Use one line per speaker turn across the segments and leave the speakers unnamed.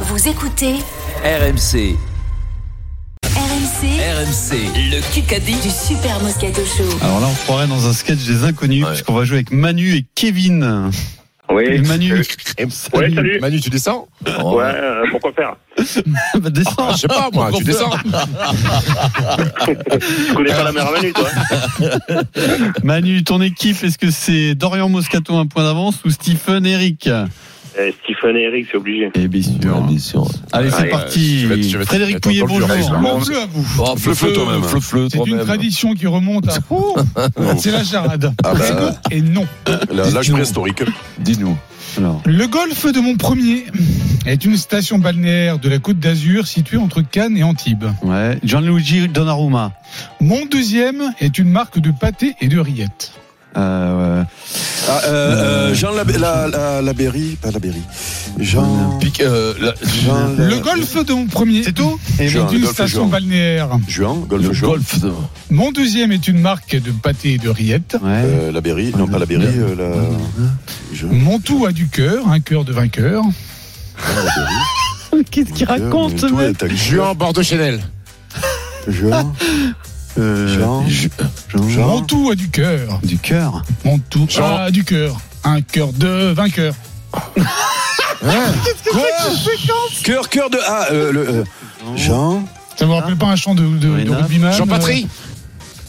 Vous écoutez
RMC,
RMC,
RMC, le Kikadi.
du Super Moscato Show.
Alors là, on se croirait dans un sketch des inconnus, puisqu'on va jouer avec Manu et Kevin.
Oui.
Et Manu,
Euh, Ouais, salut.
Manu, tu descends
Ouais, euh, pourquoi faire
bah, descends.
Ah, Je sais pas, moi, tu descends.
Tu connais pas la mère à Manu, toi
Manu, ton équipe, est-ce que c'est Dorian Moscato un point d'avance ou Stephen Eric
Eh, Stephen et Eric, c'est obligé.
Eh bien sûr. Allez, c'est
Allez,
parti.
je vais être- je vais être-
Frédéric
être
Pouillet,
encore plus
bonjour.
raide, là.
Fleu, fleu à vous.
Oh, fleu-fleu, toi-même.
Fleu-fleu,
C'est une
toi-même.
tradition qui remonte à. C'est la charade.
Ah bah.
Et non.
Là, L'âge préhistorique.
Dis-nous.
Alors,
Le golfe de Montpremier est une station balnéaire de la Côte d'Azur située entre Cannes et Antibes.
ouais. Gianluigi Donnarumma.
Mon deuxième est une marque de pâté et de rillettes.
Euh, ouais.
Ah, euh, euh,
Euh,
Jean la, la, la, la Berry, pas la Berry. Jean.
Pique, euh, la-
Jean
Le golfe de Montpremier
C'est tout
est
Jean, le
une
golfe
station
Jean.
balnéaire.
Juan, Golfe
le
Jean.
golf. de-
Mon deuxième est une marque de pâté et de rillettes.
Ouais.
Euh, la Berry, non pas la Berry, euh, la. Jean,
Mon tout a du cœur, un cœur de vainqueur.
la Berry.
Qu'est-ce qu'il raconte, ce
Toi,
mec
t'as-
Juan Bordeaux Chanel.
Jean.
Euh,
Jean.
Ju- Jean-
Jean.
Mon tout a du cœur,
Du cœur.
mon tout
Jean.
a du cœur, un cœur de vainqueur.
Cœur, cœur de. Ah, euh, le. euh, Jean.
Ça vous rappelle pas un chant de, de, de
Marina.
rugbyman euh,
Jean-Patrick.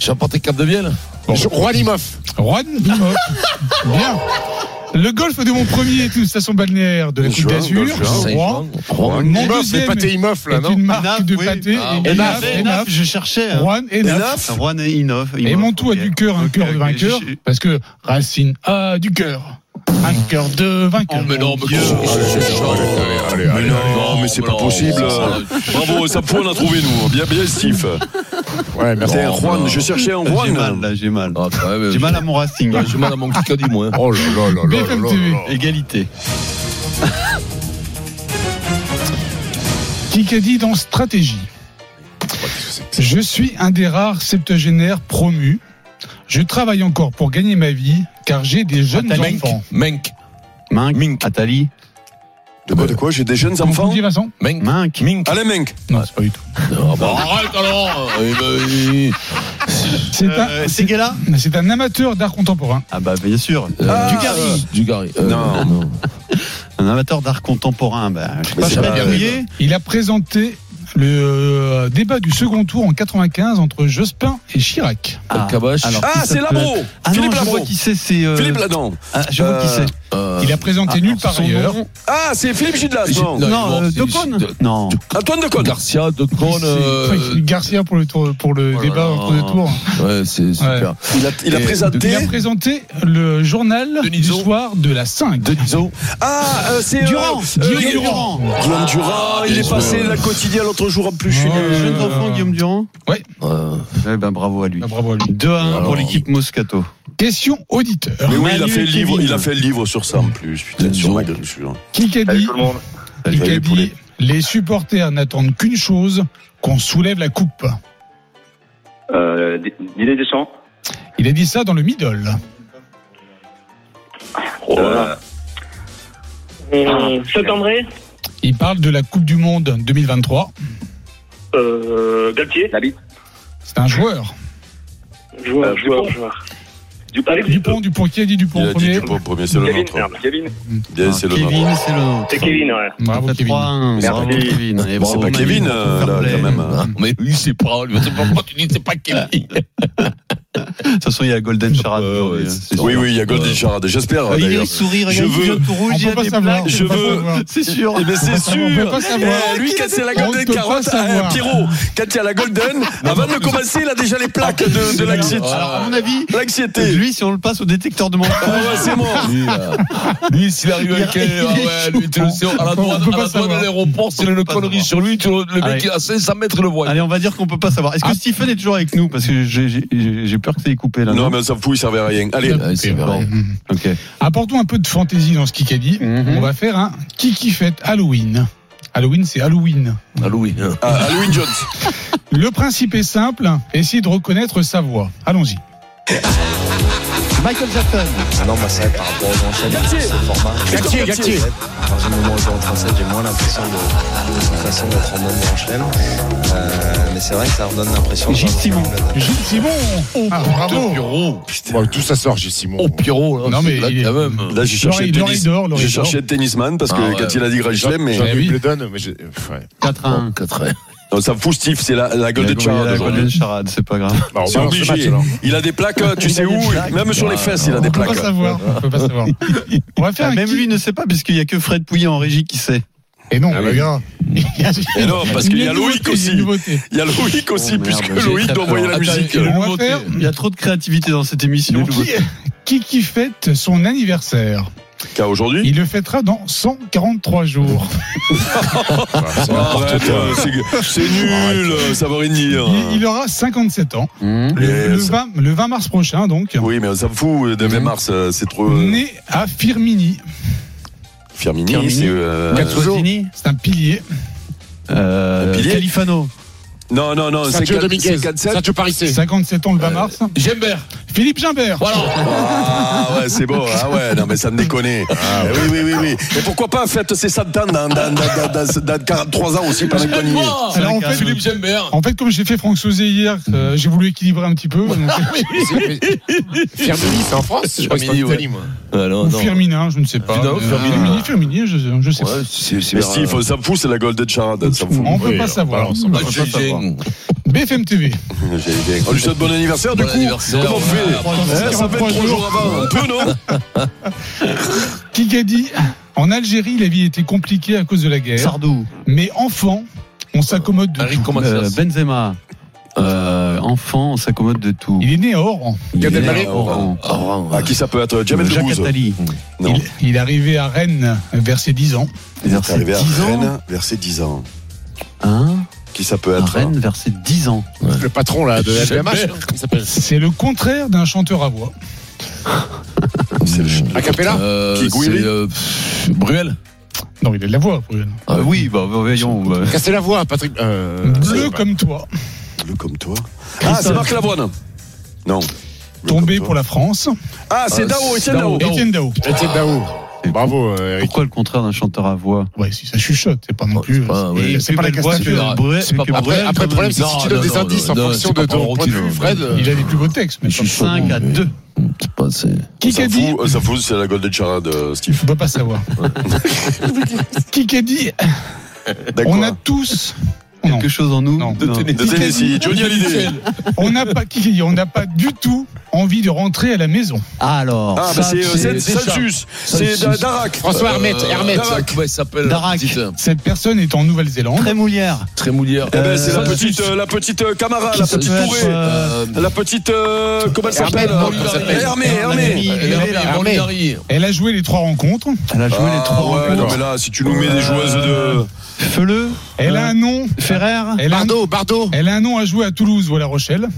Jean-Patrick Capdevielle. Jean- Juan Limoff.
euh, Juan Bimoff. Bien. Le golfe de Montpremier est une station balnéaire de la Côte
Juan,
d'Azur.
golfe Juan.
Rouen
Juan
Mon
Limoff,
deuxième
les pâtés Limoff, là,
est
non
une marque
Enaf,
de
oui.
pâté.
Ah,
et
Enaf,
Enaf,
Enaf,
Enaf,
je cherchais. hein.
Juan Enaf.
Enaf
Juan et Inov.
Et mon tout a
ok.
du cœur, un
Ok,
cœur
ok,
de vainqueur.
j'ai-
Parce que Racine a du cœur. Un cœur de
Oh,
vainqueur.
Oh, Dieu.
allez, allez, non, mais c'est pas possible.
Bravo, ça pour on a trouvé,
hein.
nous. Bien, bien, Steve. Ouais, merci.
Putain, Juan, je cherchais un
J'ai mal,
Juan.
là, j'ai mal.
Ah, quand même,
Oh, J'ai mal à mon Racing.
j'ai- j'ai mal à mon Kikadi, moi. hein.
Oh là là là là
BFM
là
TV.
là.
Égalité.
Kikadi dans stratégie. Je suis un des rares septuagénaires promus. Je travaille encore pour gagner ma vie car j'ai des jeunes
Attends, mec.
enfants.
Menk,
Mink. Atali.
De quoi, de quoi J'ai des jeunes
Comment vous
enfants.
dites, Vincent
Menk.
Mink.
Mink.
Allez, mec.
Non, c'est pas du tout.
Ah, bah, arrête alors Eh ben, il-
C'est un-
Euh, Seguela
C'est un amateur d'art contemporain.
Ah bah bien sûr.
euh,
Dugarry.
Dugarry. Euh,
Non.
Un amateur d'art contemporain. Bah, je sais
Mais
pas,
c'est
Fred
pas-
Berruyer
Il a présenté le euh, débat du second tour en 95 entre Jospin et Chirac.
Ah,
Cabache.
alors, qui
Ah,
ça
c'est
peut être
Labro.
Ah non,
Philippe
je vois
Labro.
qui c'est. C'est. euh,
Philippe Ladon.
ah, je vois qui
Euh,
c'est.
euh,
Il a présenté nulle
alors,
part
Ah, son
ailleurs.
nom
Ah, c'est Philippe Gidlas,
Gilles-
non
non,
Non,
il
euh,
est mort,
Decaune.
c'est- de-
Non.
Antoine de Cône.
Garcia, De euh, Crone.
C'est- Garcia pour le, tour- pour le
oh là
débat
là.
entre deux tours.
ouais, c'est super.
Il a, il a
Et-
Il
présenté.
a présenté le journal
Denisot.
du soir de la 5.
Deniso.
Ah, euh, c'est. euh,
Durand.
euh,
Guillaume Durand.
Guillaume Durand, Ah, il est passé la quotidienne l'autre jour en plus chez
Ouais.
Le
nous.
jeune enfant Guillaume Durand.
Euh,
Eh ben bravo à lui.
Ah, bravo à lui.
2-1 pour
Alors.
l'équipe Moscato.
Question auditeur.
Mais oui, il a
Manu
fait
et
le livre,
Kevin.
il a fait le livre sur ça en plus. Putain, sur ma gueule, je suis là.
Qui a
Salut
dit
tout le monde.
Qui a
Salut,
dit,
poulet.
Les supporters n'attendent qu'une chose qu'on soulève la coupe.
Euh, D- Didier Deschamps.
Il a dit ça dans le middle.
Oh là là.
Hum, Saint-André,
Il parle de la Coupe du Monde 2023.
euh, Galtier,
C'est un joueur.
joueur,
Euh,
joueur,
Dupont.
joueur.
Alex
Dupont, Dupont, qui a dit Dupont
Il a
en
dit du
premier
pot premier, c'est le
Kevin,
nôtre.
merde, Kevin.
Bien, c'est le nôtre.
Ah, Kevin, c'est le nôtre.
C'est Kevin, ouais.
Bravo
Ça fait
Kevin.
3-1.
Merci.
Bravo Kevin.
Eh
Et
ben,
C'est
bravo
pas
Manu.
Kevin, euh,
Fair
là,
play.
quand même. hein.
ah, Mais oui, c'est pas. Je sais pas pourquoi tu dis c'est pas Kevin.
De toute façon, il y a Golden Charade.
Euh,
Ouais,
aujourd'hui,
ouais,
hein,
c'est
c'est sûr.
Oui, oui, il y a Golden Charade, j'espère.
Ah, Il
d'ailleurs.
est sourire,
Je
regarde, il
veux-
vient tout rouge,
On
il y a
peut pas
des
savoir.
plaques.
Je
On peut
veux-
pas savoir.
C'est sûr.
Eh ben, c'est sûr.
On peut pas savoir.
Eh, lui, quand c'est la
On
Golden
ne peut pas
Carotte,
savoir.
eh, Pierrot, quand il y a la Golden, eh, avant de commencer, il a déjà les plaques de, de l'anxiété.
Alors, à mon avis,
L'anxiété.
lui, si on le passe au détecteur de mensonges,
Ah ouais, c'est mort.
Lui, euh, Lui, s'il arrive avec
Il- il
elle, ah
est
ouais, lui, tu le sais, à la
On
douane,
peut
à
pas
la douane
savoir.
à l'aéroport, c'est
On peut
le
pas
connerie
savoir.
sur lui, tu le le
Allez.
mec qui est à 500 mètres le voit.
Allez, on va dire qu'on peut pas savoir. Est-ce que
Ah.
Stephen est toujours avec nous Parce que j'ai- j'ai j'ai peur que ça ait coupé là.
Non, mais ça fout, il servait à rien. Allez,
Ouais, c'est vrai.
Mm-hmm.
Hum.
Ok.
Apportons un peu de fantaisie dans ce Kikadi.
Mhm.
On va faire un Kiki fête Halloween. Halloween, c'est Halloween.
Halloween. hein.
à à Louis Jones.
Le principe est simple, essayez de reconnaître sa voix. Allons-y.
Michael Jackson.
Cartier, Cartier.
À partir du moment où je rentre en scène, j'ai moins l'impression de, de cette façon d'être en mode Michelin. Euh, mais c'est vrai que ça redonne l'impression
Gilles Simon.
d'avoir-
Gilles Simon Oh,
Ah,
bravo
Pierrot. Bon, tout ça sort, j'ai Simon.
Oh, Pierrot, là,
Non,
c'est
mais
blague
il est-
quand même.
Là, j'ai cherché
Laurie-
le
Laurie
tennis.
d'or, Laurie
J'ai
d'or.
cherché le tennisman parce que
Ah ouais.
quand il a dit Grand Chelem, mais.
Eh oui.
Je le donne, mais j'ai. ouais.
4 à 1.
Quatre heures.
Non, ça me fout, Steve, c'est la, la gueule de
Il y a
Charles
la
aujourd'hui.
Golden Charade, c'est pas grave.
Bah, on
C'est
balance le match,
obligé.
alors.
Il a des plaques, tu sais où Même sur les fesses, il a Ah, des
On peut pas
plaques.
savoir. On peut pas savoir. On va faire
Ah,
un
Même
qui-
lui ne sait pas, puisqu'il y a que Fred Pouillet en régie qui sait.
Et non,
Ah,
bah,
oui.
bien.
Et non, parce qu'il y a
une
Loïc
nouveauté, il y a une
aussi.
nouveauté.
Il y a Loïc aussi,
Oh, merde,
puisque
j'ai
Loïc
très
doit envoyer la
Attends,
musique.
et
On
le
va
nouveauté
faire
Il y a trop de créativité dans cette émission.
qui, qui qui fête son anniversaire.
Qu'à aujourd'hui
Il le fêtera dans 143 jours.
Ah, c'est n'importe
Arrête,
quoi.
euh, c'est- C'est nul, euh, ça veut rien dire.
Il, il aura 57 ans. Le, le
ça-
20, le 20 mars prochain, donc.
Hmm Oui, mais ça me fout, le 20 mars, euh, c'est trop. euh,
Né à Firmini.
Firmini,
Firmini.
c'est. euh,
Gattuasini
C'est un pilier.
euh,
Pilier.
Califano.
Non, non, non, c'est
Sergio
quatre-
Dominguez.
c'est 4-7.
Sergio Parissé.
57 ans le 20 mars.
Jembert.
Philippe Gimbert.
Euh, Voilà.
Ah ouais, c'est beau. Ah ouais, non, mais ça me déconne. Eh oui, oui, oui, oui. Mais pourquoi pas fête ses 100 ans dans, dans, dans, dans, dans- dans 43 ans aussi, pendant qu'on y est
Moi,
Alors,
Sarcasme.
en fait,
Philippe Jembert.
en fait, comme j'ai fait Franck Sauzé hier, euh, j'ai voulu équilibrer un petit peu. donc-
Firmini, c'est en France Je crois que c'est en
Firmini, ouais.
Italie, moi.
Ah, non,
Ou
non.
Firminin, je ne sais pas.
Ah, non,
Euh,
Firmini.
Firmini, Firmini, je, je sais
Ouais, c'est- c'est
Mais
vers-
Steve, ça me fout, c'est la Golden Charade. Ça me fout.
pas. On ne peut
Oui,
pas savoir.
balance,
On peut
Ah,
pas
j'ai- j'ai-
savoir. BFM TV.
J'ai- j'ai- On lui souhaite bon anniversaire, du
Bon
coup.
anniversaire.
Comment on fait
Voilà.
Eh, Ça fait
43
trois jours
jours.
avant. Un peu, non
Kikadi. En Algérie, la vie était compliquée à cause de la guerre.
Sardou.
Mais enfant, on s'accommode de
Henri
tout.
Euh,
Comansas.
Benzema. Euh, enfant, on s'accommode de tout.
Il est né à Oran.
Il
Gad
est
Elmaleh.
Oran.
Oran.
À qui ça peut être Jamel
Jacques
Debbouze
Attali.
Non.
Il, il est arrivé à Rennes vers ses 10 ans.
Il est arrivé à
10 ans.
Rennes vers ses 10 ans.
Hein
Qui ça peut
à
être
Rennes, vers ses 10 ans.
Le patron, là, de
J'aime
LVMH,
bien.
comment il s'appelle
C'est le contraire d'un chanteur à voix.
C'est le-
Acapella
Euh,
Qui, Gouiri
c'est, euh, pff, Bruel.
Non, il a de la voix. Bruel.
Ah oui, bah, voyons. bah.
Casser Ah, la voix, Patrick. Euh, je sais
Bleu
pas.
comme toi,
le comme toi. Ah, c'est Marc Lavoine. Non. Le comme
tombé
toi.
pour la France.
Ah, c'est
Euh,
Dao, Etienne
Dao.
Dao.
Étienne Dao.
Étienne Dao. Bravo, euh, Eric.
Pourquoi le contraire d'un chanteur à voix
Ouais, si ça chuchote, c'est pas non
Oh,
plus.
c'est pas-
c'est-
ouais.
c'est
plus
pas la
belle voix
question.
que Bruel-
c'est pas
que
pour-
Après,
Bruel,
après le
quand
problème,
même.
c'est que si tu donnes
Non,
des
non,
indices en
non,
fonction
c'est
de
pas
ton
pour
point de vue,
Rocky,
Fred. euh,
Il a les plus beaux textes, mais
Je suis hein,
5 à 2.
C'est pas- c'est-
qui
Ça
a dit
fout, ça fout, c'est la Golden Charade, euh, Steve.
Je peux pas savoir. Qui a dit On a tous. Non.
Quelque chose en nous.
Non.
Non.
De Tennessee, Johnny Hallyday.
On n'a pas, Kikadi, on n'a pas du tout envie de rentrer à la maison.
Alors,
Ah,
ça,
bah c'est euh,
c'est-
c'est-
c'est
Celsius, c'est
Celsius.
Da- Darak.
François Hermet,
Euh,
Hermet.
Darak, comment il s'appelle
Darak.
Petite,
Cette personne est en Nouvelle-Zélande.
Trémoulière.
Trémoulière.
Eh ben, c'est la
Euh,
petite, euh, la petite euh, Camara, la
Qui ça
petite
peut
Touré,
être, euh,
euh,
la petite, euh, comment elle
Hermet,
s'appelle
non,
euh,
comment elle s'appelle
Hermé, Hermé.
Hermé.
Elle est là,
Hermé.
Molinari.
Elle a joué les trois rencontres.
Elle a joué les
Ah
trois
ouais, non, mais
rencontres.
là, si tu nous mets des joueuses de.
Feuleux,
Elle a un nom.
Ferrer,
Elle a, un-
Bardo, Bardo.
elle a un nom à jouer à Toulouse ou à La Rochelle.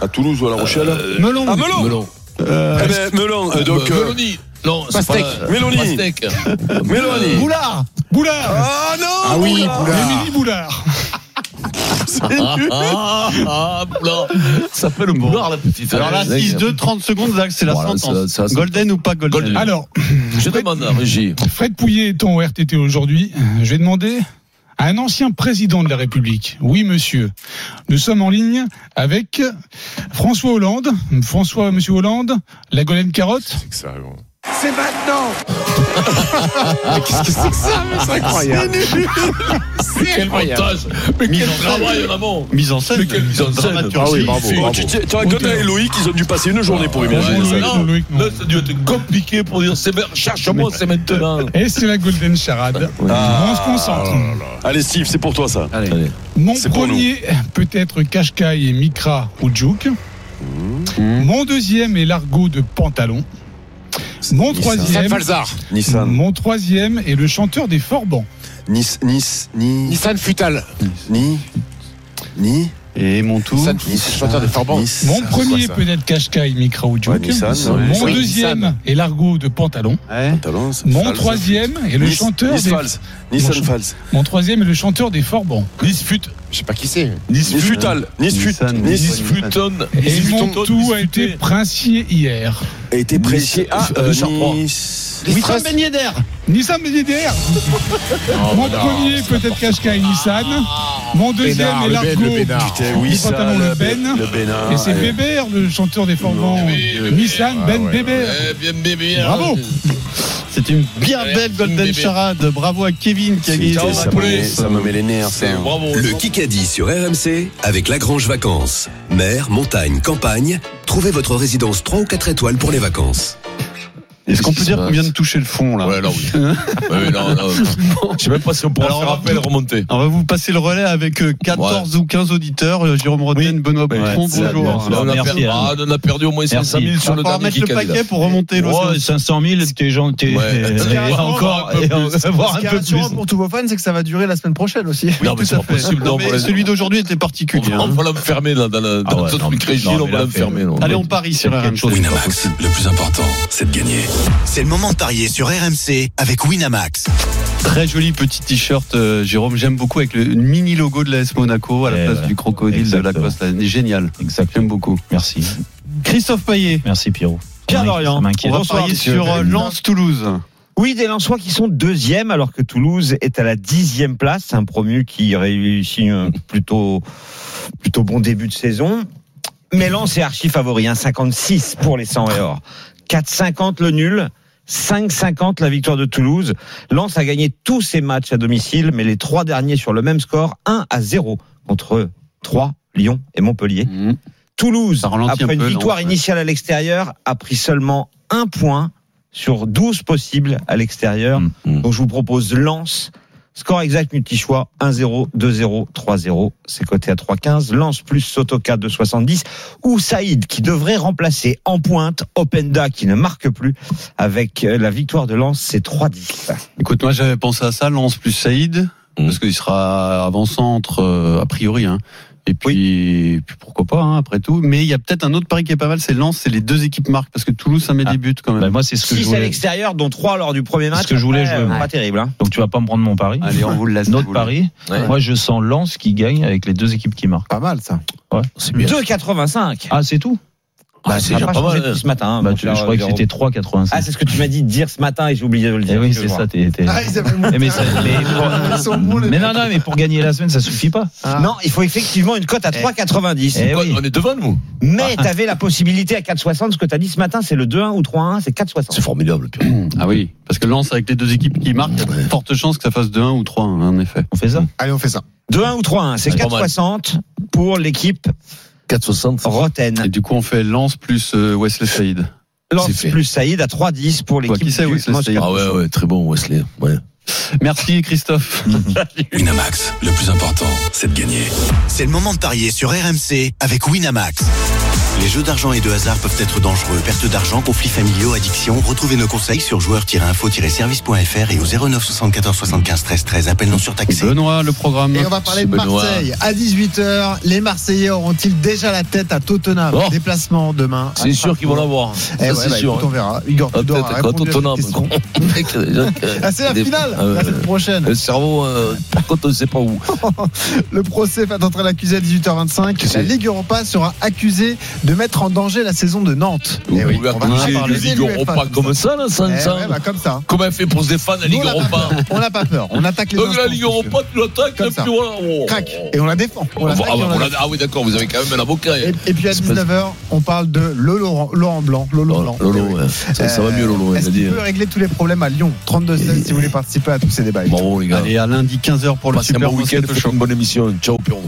à Toulouse ou à La Rochelle
Melon.
Ah, Melon
Melon.
Eh ben, Melon, euh, donc.
Euh,
euh,
Meloni. Non, c'est
Pastèque.
pas-
Mélanie.
Pastèque.
Mélanie.
Boulard
Boulard
Ah non
Ah oui, Boulard.
Émilie Boulard
Ah, ah, ah, Boulard. Ça s'appelle le boulard, la petite.
Alors là, 6, 2, 30 secondes, Zach, c'est la
Voilà,
sentence.
ça- ça-
golden ou pas golden,
Golden.
Alors,
Je demande à Régie.
Fred Pouillet étant au RTT aujourd'hui, Euh, je vais demander à un ancien président de la République. Oui, monsieur. Nous sommes en ligne avec François Hollande. François, monsieur Hollande, la golden carotte.
C'est que ça, bon.
Oh,
Quel montage. Mais
Mise
quel
en scène.
travail en amont.
Mise en
Mais
scène.
quelle mise en scène.
Dramaturgie.
Ah oui, bravo.
Oh, tu- tu- Tu racontes à Loïc qu'ils ont dû passer une journée pour imaginer
Ouais,
ça.
ouais,
Non, Loïc, non.
Là, ça a dû être compliqué pour dire c'est ver- cherche-moi, c'est maintenant.
Et c'est la golden charade.
Ah,
On
oh
se concentre.
Allez Steve, c'est pour toi ça.
Allez.
Mon
C'est pour
premier peut être Kashkai et Mikra ou Juke.
Mm.
Mon deuxième est l'argot de pantalon. Mon
Sam
troisième,
Falzar.
Nissan.
mon troisième est le chanteur des Forbans.
Nice, Nice, Ni,
Nissan Futal.
Ni, Ni,
Et mon tour.
Nissan Futal, c'est le chanteur des Forbans.
Nice.
Mon
Ça,
premier
c'est quoi, ça
peut être Kashkai, Mikra ou
Ouais,
Juke.
Nissan. ouais.
Mon
Oui,
deuxième
Nissan.
est l'argot de pantalon.
Ouais.
Talons, c'est
Mon
Fals.
troisième est le
Nice-
chanteur
Nice
des
Fals. Nissan
Mon-
Fals.
Mon troisième est le chanteur des Forbans.
Nice fut.
Je sais pas qui c'est. Oh,
Nice
Nice
fut.
Futal. Nice Fut.
Nissan,
Nice
Nice futon.
Et mon
futon,
tout
Nice
a été
futé.
princier hier.
a été précié. Ah,
euh,
euh,
Chartroi.
Nice.
Nissan Ben Yedder. Nissan Ben Yedder.
Oh,
Mon
bah non,
premier, peut-être Qashqai Nissan. Mon deuxième
Bénard,
est
le Ben,
Largo.
le Bénard.
du
Putain, oui, ça,
pantalon
le
Le Ben.
Bé- le Bénard,
Et c'est
Ah,
ouais.
Bébert, le chanteur des formants. Nissan
Ah,
Ah,
Ben Bébert.
Eh,
Bravo.
C'était une bien
Ouais,
belle golden
bébé.
charade. Bravo à Kevin qui a gagné.
Ça me met- ça me met les nerfs. ça.
Le Kikadi sur RMC avec Lagrange Vacances. Mer, montagne, campagne, trouvez votre résidence 3 ou 4 étoiles pour les vacances.
Est-ce qu'on peut dire qu'on vient de toucher le fond là
Ouais, là, oui. Ouais, non, non. Je sais même pas si on pourra
Alors,
faire
on va
appel remonter.
On va vous passer le relais avec euh, 14 ou 15 auditeurs. Euh, Jérôme Rotten, Benoît Boutron, bonjour.
on, a perdu, ah, on a perdu au moins 500 000 sur
On
le
va
dernier
mettre le
Kikadi, là.
paquet pour remonter l'océan.
500 000, t'es gentil.
Ouais.
Et encore, et on va voir un peu plus.
pour tous vos fans, c'est que ça va durer la semaine prochaine aussi.
Non, mais c'est pas possible. non,
Non,
on
mais
va-
celui d'aujourd'hui était particulier.
On
hein.
va l'enfermer dans, dans, la- dans
ouais,
ce
non,
truc
mais-
régile,
non,
on
mais
va
là,
l'enfermer.
fait-
non.
Allez, on parie sur
Quelque
RMC.
chose.
Winamax, le plus important, c'est de gagner.
C'est le moment de parier sur RMC avec Winamax.
Très joli petit t-shirt, euh, Jérôme. J'aime beaucoup avec le mini logo de l'AS Monaco à la place du crocodile de Lacoste. C'est génial. J'aime beaucoup.
Merci.
Christophe Payet.
Merci Pierrot.
Pierre
Ça m'inquiète,
Dorian.
ça m'inquiète.
On va
Bonsoir,
parier
messieurs.
sur euh, Lens-Toulouse.
Oui, des Lensois qui sont deuxièmes alors que Toulouse est à la dixième place. C'est Un promu qui réussit un plutôt, plutôt bon début de saison. Mais Lens est archi favori, 1,56 pour les 100 et or. 4,50 le nul. 5,50 la victoire de Toulouse. Lens a gagné tous ses matchs à domicile, mais les trois derniers sur le même score, 1 à 0 contre 3, Lyon et Montpellier. Toulouse,
Mhm. ralentit
après
un
une
peu,
victoire
Lens, ouais.
initiale à l'extérieur, a pris seulement un point sur 12 possibles à l'extérieur.
Hum.
Donc je vous propose Lens. Score exact multi-choix 1-0, 2-0, 3-0. C'est coté à 3-15. Lens plus Sotoka de 70. Ou Saïd qui devrait remplacer en pointe Openda qui ne marque plus. Avec euh, la victoire de Lens, c'est 3-10.
Écoute, moi j'avais pensé à ça, Lance plus Saïd, parce qu'il sera avant-centre, euh, a priori. hein. Et puis, et puis pourquoi pas, hein, après tout. Mais il y a peut-être un autre pari qui est pas mal, c'est Lance, c'est les deux équipes marquent, parce que Toulouse, ça met des buts quand même.
moi, c'est ce que je
6 à
voulais.
l'extérieur, dont 3 lors du premier match.
ce que je voulais
Après,
jouer.
euh,
moi.
Pas terrible. hein.
Donc tu vas pas me prendre mon pari.
Allez, on vous le laisse,
Notre
on vous le
pari.
laisse. Ouais.
Moi, je sens Lens qui gagne avec les deux équipes qui marquent.
Pas mal ça.
Ouais.
2,85.
Ah, c'est tout.
Bah,
c'est
ça
déjà
a
pas
changé
mal.
depuis ce matin. hein,
Bah,
mon
tu-
cher
je croyais que
Jérôme.
c'était 3,85.
Ah, c'est ce que tu m'as dit de dire ce matin et j'ai oublié de le dire.
Eh oui,
Je
c'est
vois.
ça, t'es- t'es-
Ah, ils avaient monté
mais
un-
ça- mais pour-
Ils sont bons, les
mais non, non, mais pour gagner la semaine, ça suffit pas.
Non, il faut effectivement une cote à 3,90.
Eh oui.
On est devant nous.
Mais tu avais la possibilité à 4,60. Ce que tu as dit ce matin, c'est le 2-1 ou 3-1, c'est 4,60. C'est
formidable.
Ah oui, parce que Lance, avec les deux équipes qui marquent, il y a de fortes chances que ça fasse 2-1 ou 3-1, en effet.
On fait ça
Allez, on fait ça.
2-1 ou 3-1, c'est
C'est pas mal.
4,60 pour l'équipe
4,60
Roten.
Et du coup, on fait Lance plus euh, Wesley Saïd.
Lance plus Saïd à 3,10 pour l'équipe
qui c'est,
du
Wesley
Moscou.
Saïd
Ah ouais, ouais, très bon Wesley. Ouais.
Merci Christophe.
Winamax, le plus important, c'est de gagner.
C'est le moment de parier sur RMC avec Winamax. Les jeux d'argent et de hasard peuvent être dangereux. Perte d'argent, conflits familiaux, addiction. Retrouvez nos conseils sur joueurs-info-service.fr et au 09 74 75 13 13. Appel non surtaxé.
Benoît, le programme.
Et on va parler de Marseille. À 18h, les Marseillais auront-ils déjà la tête à Tottenham
Oh.
Déplacement demain. à
C'est sûr qu'ils vont
Strasbourg.
l'avoir.
Eh
Ça,
ouais,
c'est
bah,
sûr.
écoute, on verra. Igor
Ah,
Tudor a
peut-être, hein, quand
répondu à cette
Tottenham,
question. Ah, c'est la
Des-
finale,
Ah ouais.
la semaine prochaine.
Le cerveau, euh, par contre, on ne sait pas où.
Le procès va entrer l'accusé à 18h25. La Ligue Europa sera accusée de mettre en danger la saison de Nantes.
Vous
Eh oui,
pouvez
on va
accuser
en parler.
les Ligue Europa comme ça, là, sans
Eh
ça.
ouais, bah, comme ça. hein.
Comment elle fait pour se défendre la Ligue
Nous, on a pas
Europa
peur. On n'a pas peur. On attaque les
Donc la
instances,
Ligue
monsieur.
Europa, tu l'attaques,
Comme
et
ça.
puis voilà. on-
Crac. Et on la défend. On
Ah,
l'attaque
bah,
et on la
voilà.
défend.
Ah oui, d'accord, vous avez quand même un avocat. hein.
Et, et puis à 19h, on parle de le Laurent, Laurent Blanc. Lolo Blanc.
Lolo, ouais. ça, ça va
Euh,
mieux, Lolo. hein,
Est-ce
il a
qu'il
dit.
peut régler tous les problèmes à Lyon 32-16 si vous voulez participer à tous ces débats.
Bravo, les gars.
Allez, à lundi 15h pour le
Passez un
Super
bon week-end,
Moscato
faites
Show.
une bonne émission. Ciao, Piron.